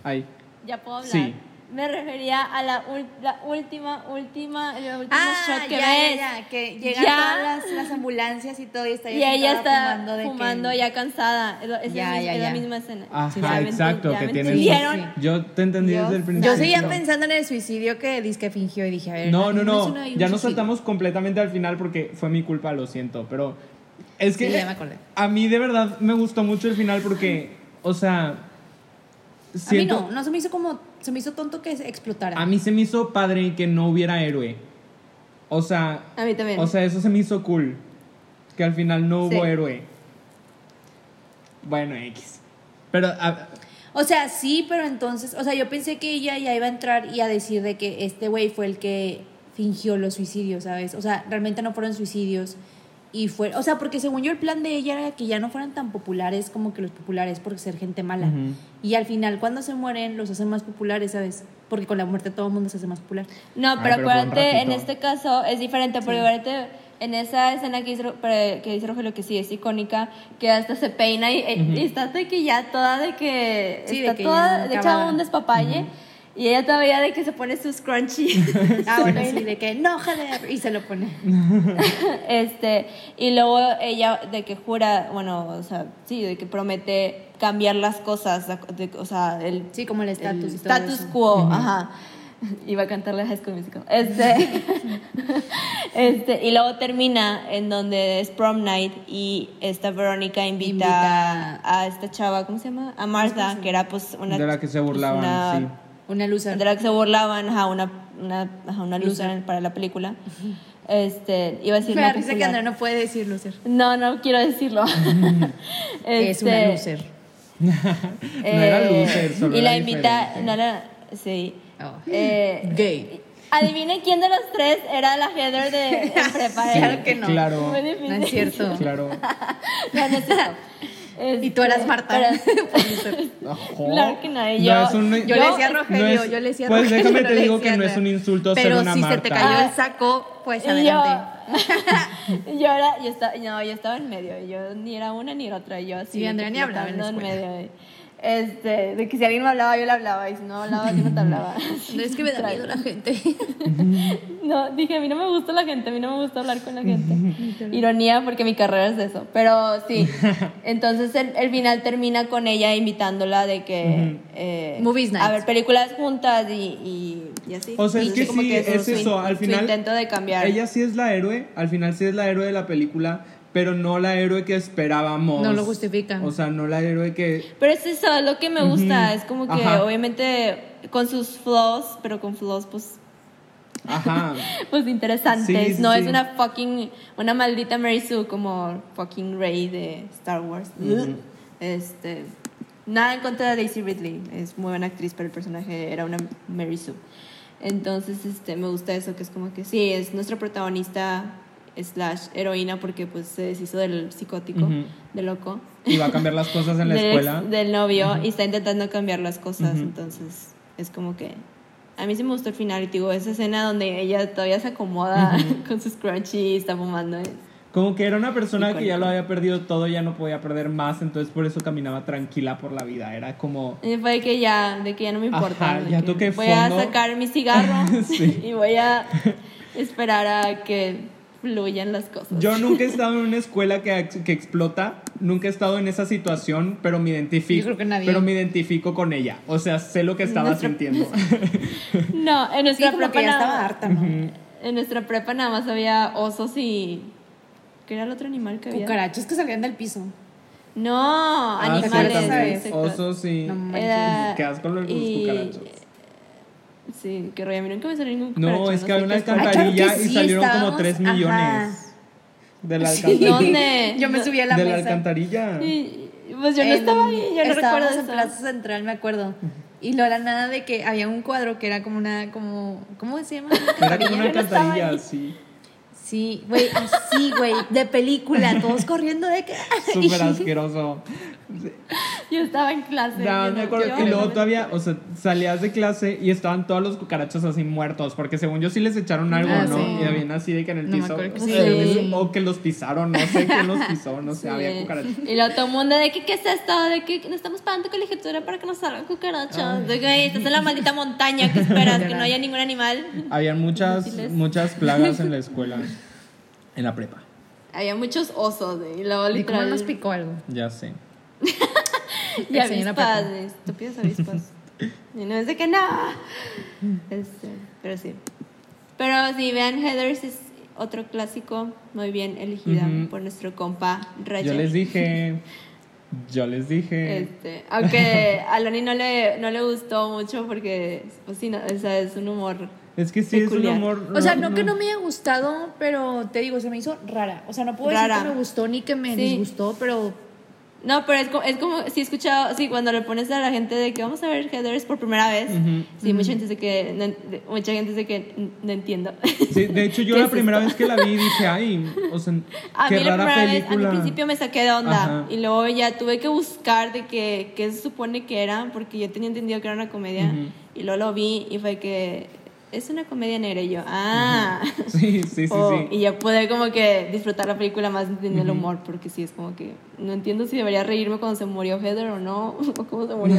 ahí, Ya puedo hablar. Sí. Me refería a la, ul- la última, última, el último Ah, shot que ya, ves. ya, ya, que llegan Ya. todas las, las ambulancias y todo y está Y ella está de que- fumando, ya cansada. Es, lo- es el Ya, mis- ya, es ya. la misma escena. ajá, Sí, ya me exacto, enti- ya que me tienen, entendieron. yo te entendí desde el principio, Yo seguía pensando en el suicidio que dizque fingió y dije, a ver. no, no, es una- no, un ya nos suicidio. saltamos completamente al final porque fue mi culpa, lo siento, pero es que Sí, ya me acordé. a mí de verdad me gustó mucho el final porque, o sea, A mí siento, no, no se me hizo como, se me hizo tonto que explotara. A mí se me hizo padre que no hubiera héroe. O sea, A mí también. o sea, eso se me hizo cool. Que al final no hubo Sí. héroe. Bueno, X. Pero a- O sea, sí, pero entonces, o sea, yo pensé que ella ya iba a entrar y a decir de que este güey fue el que fingió los suicidios, ¿sabes? O sea, realmente no fueron suicidios y fue, o sea, porque según yo el plan de ella era que ya no fueran tan populares como que los populares por ser gente mala. Ujú. Y al final cuando se mueren los hacen más populares, ¿sabes? Porque con la muerte todo el mundo se hace más popular. No, Ay, pero, Ah, pero fue un acuérdate, en ratito. este caso es diferente, pero acuérdate, en esa escena que dice, Ro- pre- que dice Rogelio que sí es icónica, que hasta se peina y, e- y está de que ya toda de que Sí, de está que ya toda de hecha acabada. un despapalle y ella todavía de que se pone sus crunchies. Ah, bueno, sí, de que no, joder, y se lo pone. este, y luego ella de que jura, bueno, o sea, sí, de que promete cambiar las cosas, de- o sea, el Sí, como el estatus y todo status eso. quo, ajá. Iba a cantarle a High School Musical. Este, este, y luego termina en donde es prom night y esta Verónica invita, Invita- a esta chava, ¿cómo se llama? A Martha, que era pues una... de la que se pues, burlaban, una- sí. Una luz. de la que se burlaban, ajá, una, una, ajá, una loser para la película. Este, iba a decir... Me una da risa que popular. Andrea no puede decir loser. No, no quiero decirlo. Es una Este, loser. No era eh, loser, solo Y era la invita, diferente. no era, sí. Oh. Eh, Gay. Adivinen quién de los tres era la Heather de en prepa. Sí, Era que no. Claro, muy difícil. No es cierto. claro. No, no es cierto. Este, Y tú eras Marta. pero- Ojo. Claro que no, y yo- es un- Yo, le decía a Rogelio, no es- yo le decía a Pues Rogelio. déjame no te le digo decía que no nada. es un insulto Pero ser una si Marta. se te cayó el Ah. saco, pues y yo, adelante. y yo era, yo estaba, no, yo estaba en medio, yo ni era una ni era otra, yo así. Sí, Andrea ni hablaba en la flotando escuela. medio, eh. Este, de que si alguien me hablaba, yo le hablaba, y si no hablaba, yo no te hablaba. No es que me da miedo la gente. No, dije, a mí no me gusta la gente, a mí no me gusta hablar con la gente. Ironía, porque mi carrera es eso. Pero sí, entonces el, el final termina con ella invitándola de que... eh, Movies night. A ver, películas juntas y, y, y así. O sea, es Y que como sí, su- es su in- eso. Al su final. intento de cambiar. Ella sí es la héroe. Al final sí es la héroe de la película. Pero no la héroe que esperábamos. No lo justifica. O sea, no la héroe que. Pero es eso, es lo que me gusta. Es como que, Ajá. obviamente, con sus flaws, pero con flaws, pues... Ajá. Pues interesantes, Sí, sí, no sí. es una fucking, una maldita Mary Sue como fucking Rey de Star Wars. Ujú. Este, nada en contra de Daisy Ridley, es muy buena actriz, pero el personaje era una Mary Sue. Entonces, este, me gusta eso, que es como que sí, es nuestra protagonista slash heroína porque pues se deshizo del psicótico, Ujú. de loco, Y va a cambiar las cosas en la del, ex- escuela. del novio y está intentando cambiar las cosas, Ujú. entonces es como que a mí sí me gustó el final y te digo, esa escena donde ella todavía se acomoda con sus crunchies y está fumando. es- Como que era una persona que ya lo había perdido todo, ya no podía perder más. Entonces por eso caminaba tranquila por la vida. Era como. Y fue de que ya, de que ya no me importa. Ajá, de ya que toqué voy fondo. a sacar mi cigarro Sí. y voy a esperar a que fluyan las cosas. Yo nunca he estado en una escuela que, ex- que explota, nunca he estado en esa situación, pero me identifico, Yo creo que nadie. pero me identifico con ella. O sea, sé lo que estaba Nuestra- sintiendo. No, en nuestra como prepa que ya nada- estaba harta, ¿no? En nuestra prepa nada más había osos y ¿qué era el otro animal que había? Cucarachas que salían del piso. No, Ah, sí, animales. también. insectos. Osos y... No Era- Qué asco los y- cucarachas. Sí, que rollo, a mí nunca me salió ningún cucaracho. No, es que había una sé qué es- Ay, alcantarilla claro que y sí, salieron como estábamos- 3 millones ajá. de la alcantarilla. ¿Dónde? Yo me No- subí a la de la mesa. alcantarilla. Sí, Pues yo no estaba ahí, yo no recuerdo estábamos eso. en Plaza Central, me acuerdo. Y no era nada de que había un cuadro que era como una, como, ¿cómo se llama? Era como una Yo no estaba alcantarilla, ahí. sí. Sí, güey, así, güey, de película, todos corriendo de que... Súper asqueroso. Yo estaba en clase. No, yo me no- acuerdo. yo y luego no- todavía, o sea, salías de clase y estaban todos los cucarachos así muertos, porque según yo sí les echaron algo, Ah, ¿no? sí. Y habían así de que en el No me piso. acuerdo que o sí. sea, en el Sí. piso, o que los pisaron, no sé quién los pisó, no sé, Sí. había cucarachos. Y luego todo el mundo de que qué es esto, de que no estamos pagando colegiatura para que nos salgan cucarachas. De que estás en la maldita montaña, ¿qué esperas? que no haya ningún animal. Habían muchas, muchas plagas en la escuela, en la prepa, Había muchos osos, eh, y luego ¿Y cómo literal. nos picó algo? ya sé. Y Enseñé en la avispas, prepa. estúpidas avispas. y no es de que no. Este, pero sí. Pero sí, vean, Heathers es otro clásico muy bien elegida Ujú. por nuestro compa Roger. Yo les dije, Yo les dije. Este, aunque a Loni no le, no le gustó mucho porque, pues sí, no, o sea, es un humor. Es que sí, peculiar. es un humor. O sea, no, que no me haya gustado, pero te digo, se me hizo rara. O sea, no puedo Rara. decir que me gustó ni que me Sí. disgustó, pero No, pero es como, es como si he escuchado, sí, cuando le pones a la gente de que vamos a ver Heathers por primera vez, Ujú. sí, mucha gente dice que, no, en- de- mucha gente dice que n- no entiendo. Sí, de hecho, yo ¿Qué la es primera vez que la vi dije, ay, o sea, A qué mí la rara primera vez, a mí película. al principio me saqué de onda Ajá. y luego ya tuve que buscar de qué, qué se supone que era, porque yo tenía entendido que era una comedia Ujú. y luego lo vi y fue que es una comedia negra y yo, ah. Sí, sí, sí, Oh, sí. Y ya pude como que disfrutar la película más entendiendo el humor, porque sí, es como que no entiendo si debería reírme cuando se murió Heather o no, o cómo se murió.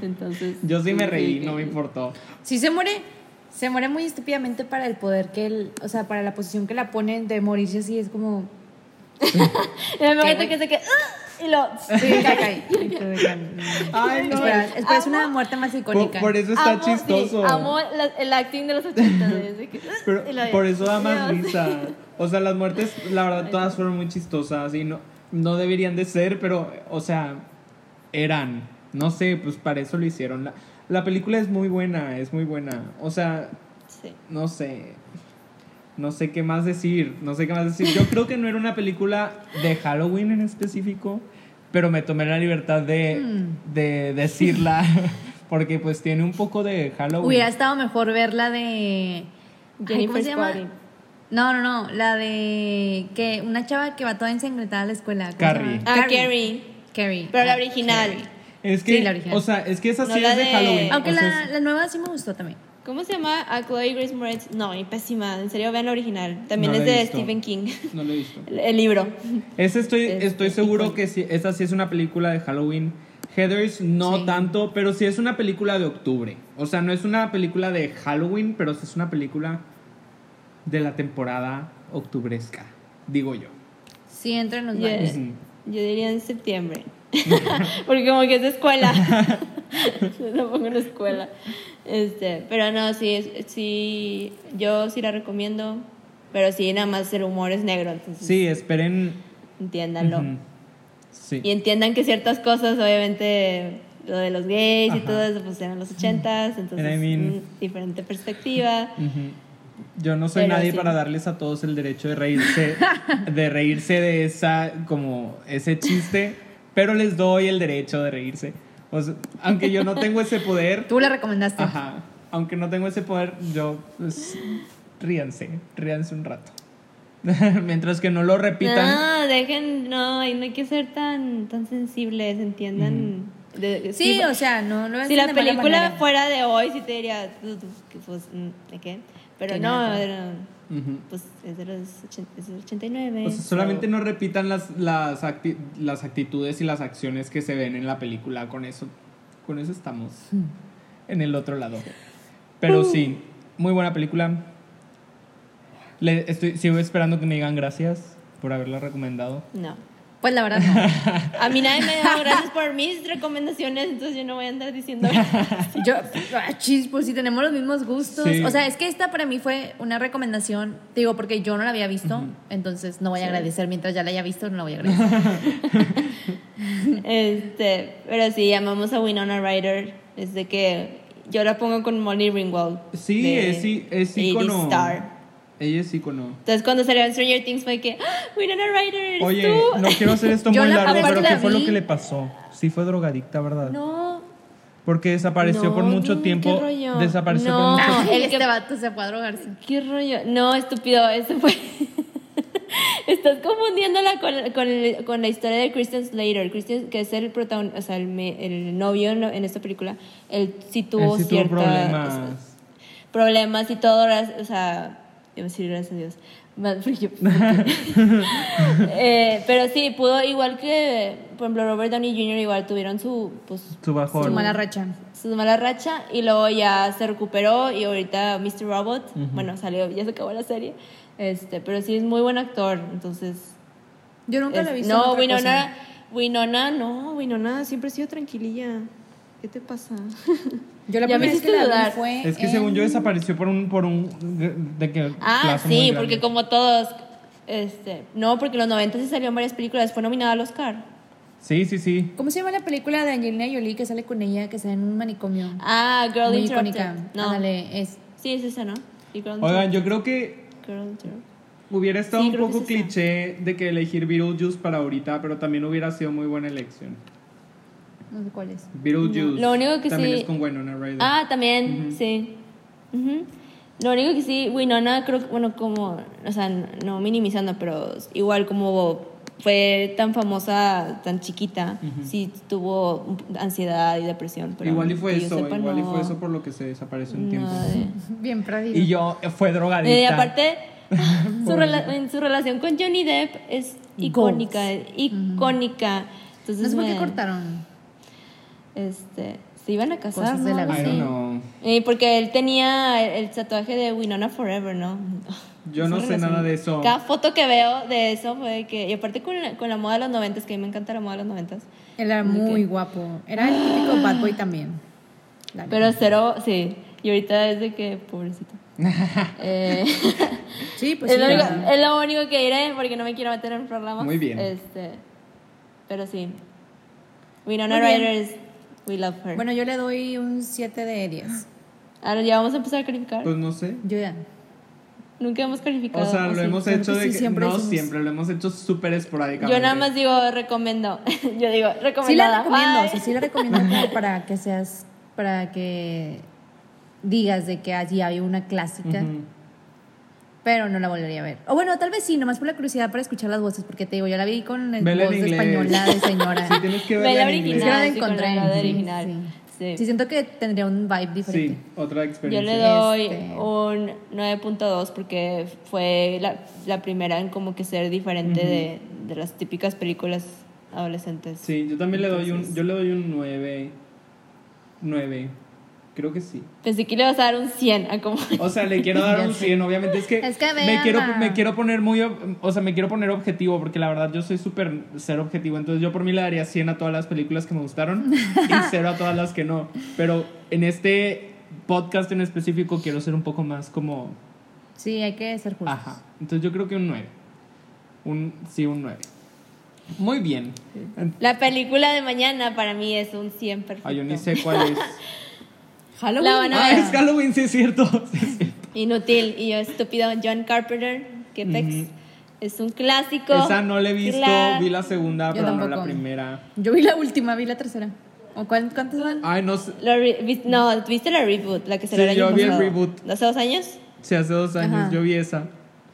Entonces... Yo sí me reí, que- no me importó. sí se muere. Se muere muy estúpidamente para el poder que él, o sea, para la posición que la ponen de morirse así, es como... Y me Qué parece que se que... "Ah", Y lo... Sí, cae, cae. Y tú de que- Ay, no. Espera, espera, es una muerte más Por, icónica. por eso está amo, sí, chistoso. amo la- el acting de los 80. de ese que- Pero y lo- por eso da más Dios. risa. O sea, las muertes, la verdad, todas fueron muy chistosas y no, no deberían de ser, pero, o sea, eran. No sé, pues para eso lo hicieron. La, la película es muy buena, es muy buena. O sea, Sí. no sé. No sé qué más decir, no sé qué más decir. Yo creo que no era una película de Halloween en específico, pero me tomé la libertad de, Mm. de decirla porque pues tiene un poco de Halloween. Hubiera estado mejor ver la de... Ay, ¿Cómo Jennifer's se llama? Party. No, no, no, la de... que Una chava que va toda ensangrentada a la escuela. ¿cómo se Carrie. llama? Ah, Carrie. Carrie. Pero la Ah, original. Carrie. Es que, Sí, la original. o sea, es que esa sí No, la es de, de- Halloween. Aunque o sea, la, la nueva sí me gustó también. ¿Cómo se llama? A Chloe Grace Moretz. No, y pésima. En serio, vean la original. También No es la he de visto. Stephen King. es- no lo he visto. El, el libro. Ese estoy, Es- estoy es seguro icónico. que sí, esa sí es una película de Halloween. Heathers no tanto, pero sí es una película de octubre. O sea, no es una película de Halloween, pero sí es una película de la temporada octubresca, digo yo. Sí, entra en los Yeah. baños. Ujú. Yo diría en septiembre. Porque como que es de escuela. Yo lo pongo en la escuela. Este, pero no, sí, es- sí, yo sí la recomiendo. Pero sí, nada más el humor es negro, entonces Sí, esperen. entiéndanlo. ujú. Sí. Y entiendan que ciertas cosas, obviamente, lo de los gays y Ajá. todo eso, pues eran los ochentas, entonces I mean- mm, diferente perspectiva. Ujú. Yo no soy Pero nadie sí. para darles a todos el derecho de reírse, de reírse de esa, como ese chiste, pero les doy el derecho de reírse. O sea, aunque yo no tengo ese poder, Tú la recomendaste. ajá, aunque no tengo ese poder, yo pues, ríanse, ríanse un rato. Mientras que no lo repitan. No, dejen, no, y no hay que ser tan, tan sensibles, entiendan. De- Sí, o sea, no lo Si hacen la de mala película manera. fuera de hoy, sí te diría, tú, tú, que, pues, mm, ¿de qué? Pero Que no, nada. era- Ujú. pues es de los ochen- es del 89. O sea, solamente no repitan las, las, acti- las actitudes y las acciones que se ven en la película. Con eso, con eso estamos Hmm. en el otro lado. Pero sí, muy buena película. Le estoy, sigo esperando que me digan gracias por haberla recomendado. No. Pues la verdad no. A mí nadie me da gracias por mis recomendaciones, entonces yo no voy a andar diciendo. Yo, ah, chis, pues si tenemos los mismos gustos. Sí. O sea, es que esta para mí fue una recomendación, te digo, porque yo no la había visto, entonces no voy a agradecer. Mientras ya la haya visto, no la voy a agradecer. Este, pero sí, amamos a Winona Ryder. Es de que yo la pongo con Molly Ringwald. Sí, de es, i- es 80s ícono. Star. Ella es ícono. Entonces cuando salió Stranger Things fue que, ¡Ah! Winona Ryder, ¿eres Oye, tú? no quiero hacer esto Yo muy la- largo, aparte pero la ¿qué fue lo vi. que le pasó? Sí fue drogadicta, ¿verdad? No, Porque desapareció por No, mucho ¿qué tiempo. rollo? Desapareció No. por Ah, mucho el este que- vato se fue a drogarse. qué rollo. No, estúpido, eso fue. Estás confundiéndola con, con, el- con la historia de Christian Slater, Christian, que es el protagonista, o sea, el, me- el novio en, en esta película. Él sí tuvo Él Eh, sí cierta- pues, problemas. o sea, problemas y todo, gra- o sea, iba a decir gracias a Dios. Más porque- porque- Eh, pero sí, pudo, igual que, por ejemplo, Robert Downey Jr. igual tuvieron su, pues, Su bajón. Su mala racha. su mala racha y luego ya se recuperó y ahorita Mr. Robot, bueno, salió, ya se acabó la serie, este, pero sí es muy buen actor, entonces... Yo nunca es- la he visto. en otra no, cosa. Winona, Winona, no, Winona siempre ha sido tranquililla. ¿Qué te pasa? Yo la primera Ya me vez que hiciste la vi dudar. fue. Es que en- según yo desapareció por un por un de que Ah, plazo muy sí, grande. porque como todos, este, no, porque en los 90 sí salieron varias películas, fue nominada al Oscar. Sí, sí, sí. ¿Cómo se llama la película de Angelina Jolie que sale con ella, que está en un manicomio? Ah, Girl Muy Interrupted. icónica. No. Ándale, es. Sí, es esa, ¿no? Sí, Girl Oigan, yo creo que Interrupted. Girl Interrupted. hubiera estado Sí, un creo que poco es esa. cliché de que elegir Beetlejuice para ahorita, pero también hubiera sido muy buena elección. No sé cuál es. Beetlejuice. Lo único que también sí- es con Winona Ryder. Ah, también, Ujú. sí. Ujú. Lo único que sí, Winona, creo que, bueno, como, o sea, no minimizando, pero igual como fue tan famosa, tan chiquita, sí tuvo un- ansiedad y depresión. Pero igual y fue que yo eso, sepa, igual y no- fue eso por lo que se desapareció un no tiempo. de- Bien perdido. Y yo eh, fue drogadicta. Eh, aparte, su, rela- en su relación con Johnny Depp es icónica, eh, icónica. Entonces, No sé por qué me- cortaron. Este, se iban a casar. Cosas de ¿no? la Algo I así. don't know. Eh, porque él tenía el, el tatuaje de Winona Forever, ¿no? Yo no sé nada de eso. Cada foto que veo de eso fue de que. Y aparte con la, con la moda de los noventas, que a mí me encanta la moda de los noventas. Él era muy guapo. Era el típico bad boy también. La Pero cero, sí. Y ahorita es de que, pobrecito. Eh, neta. Sí, pues es, sí, lo la único, verdad. es lo único que iré porque no me quiero meter en programas. Muy bien. Este, pero sí. Winona Muy bien. Ryder is- We love her. eh, Bueno, yo le doy un 7 de 10. Ahora ya vamos a empezar a calificar. Pues no sé. Yo ya. Nunca hemos O calificado. sea, lo así. hemos claro hecho que de sí, que- siempre no hicimos- siempre, lo hemos hecho súper esporádicamente. Yo nada más digo recomiendo. Yo digo recomendada. Sí la recomiendo, Ay. o sea, sí la recomiendo como para que seas, para que digas de que allí había una clásica, Ujú. pero no la volvería a ver. O bueno, tal vez sí, nomás por la curiosidad para escuchar las voces, porque te digo, yo la vi con el voz Vela en de inglés. española de señora. Sí, tienes que Ve ver la en inglés. original. Sí, sí, con encontré. la verdad Sí, original. Sí. Sí. Sí, siento que tendría un vibe Sí, diferente. otra Yo le experiencia. doy Este. un 9.2 porque fue la, la primera en como que ser diferente de, de las típicas películas adolescentes. Sí, yo también le doy un Entonces- yo le doy un 9 9. Creo que sí. Pensé que le ibas a dar un 100 a como... O sea, le quiero dar un 100, obviamente. Es que, Es que me, vean, quiero, ma. me quiero poner muy. ob- O sea, me quiero poner objetivo, porque la verdad yo soy súper ser objetivo. Entonces, yo por mí le daría 100 a todas las películas que me gustaron y 0 a todas las que no. Pero en este podcast en específico quiero ser un poco más como. Sí, hay que ser justos. Ajá. Entonces, yo creo que un 9. Un, sí, un 9. Muy bien. La película de mañana para mí es un 100 perfecto. Ay, yo ni sé cuál es. La van a ah, es ver. Halloween, sí es cierto. Sí, es cierto. Inútil y yo estúpido. John Carpenter, que pex. Ujú. Es un clásico. Esa no la he visto. Cla- Vi la segunda, Yo pero no la tampoco. primera. Yo vi la última, vi la tercera. ¿O cuál- cuántas van? Ay, no sé. La re- vis- no, ¿viste la reboot? La que se Sí, el año yo vi el pasado? reboot. ¿Hace dos años? Sí, hace dos años Ajá. yo vi esa.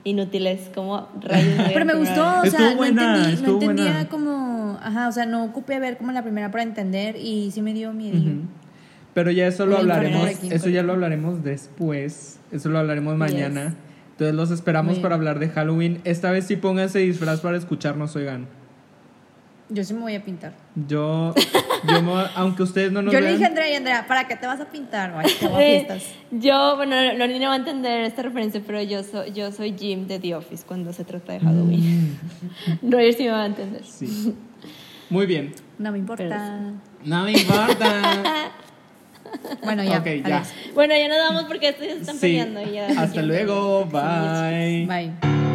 Inútiles, como rayos. voy a Ah, Pero me quebrar? gustó, o Estuvo sea, buena, no entendí, no estuvo entendía buena. como, ajá, o sea, no ocupé ver como la primera para entender y sí me dio miedo. Ujú. Pero ya eso lo Voy a poner hablaremos. aquí, Eso ya lo hablaremos después. Eso lo hablaremos mañana. Entonces los esperamos para hablar de Halloween. Esta vez sí pónganse disfraz para escucharnos, oigan. Yo sí me voy a pintar. Yo, yo me- aunque ustedes no nos Yo le vean, dije a Andrea y Andrea, ¿para qué te vas a pintar? Ay, te voy a Eh, fiestas. yo, bueno, Loni no va a entender esta referencia, pero yo soy, yo soy Jim de The Office cuando se trata de Halloween. Mm. Roger sí me va a entender. Sí. Muy bien. No me importa. No me importa. Bueno, ya. ok, ya. adiós. Bueno, ya nos vamos porque estos ya se están Sí. peleando. Y ya Hasta luego. Bye. Bye.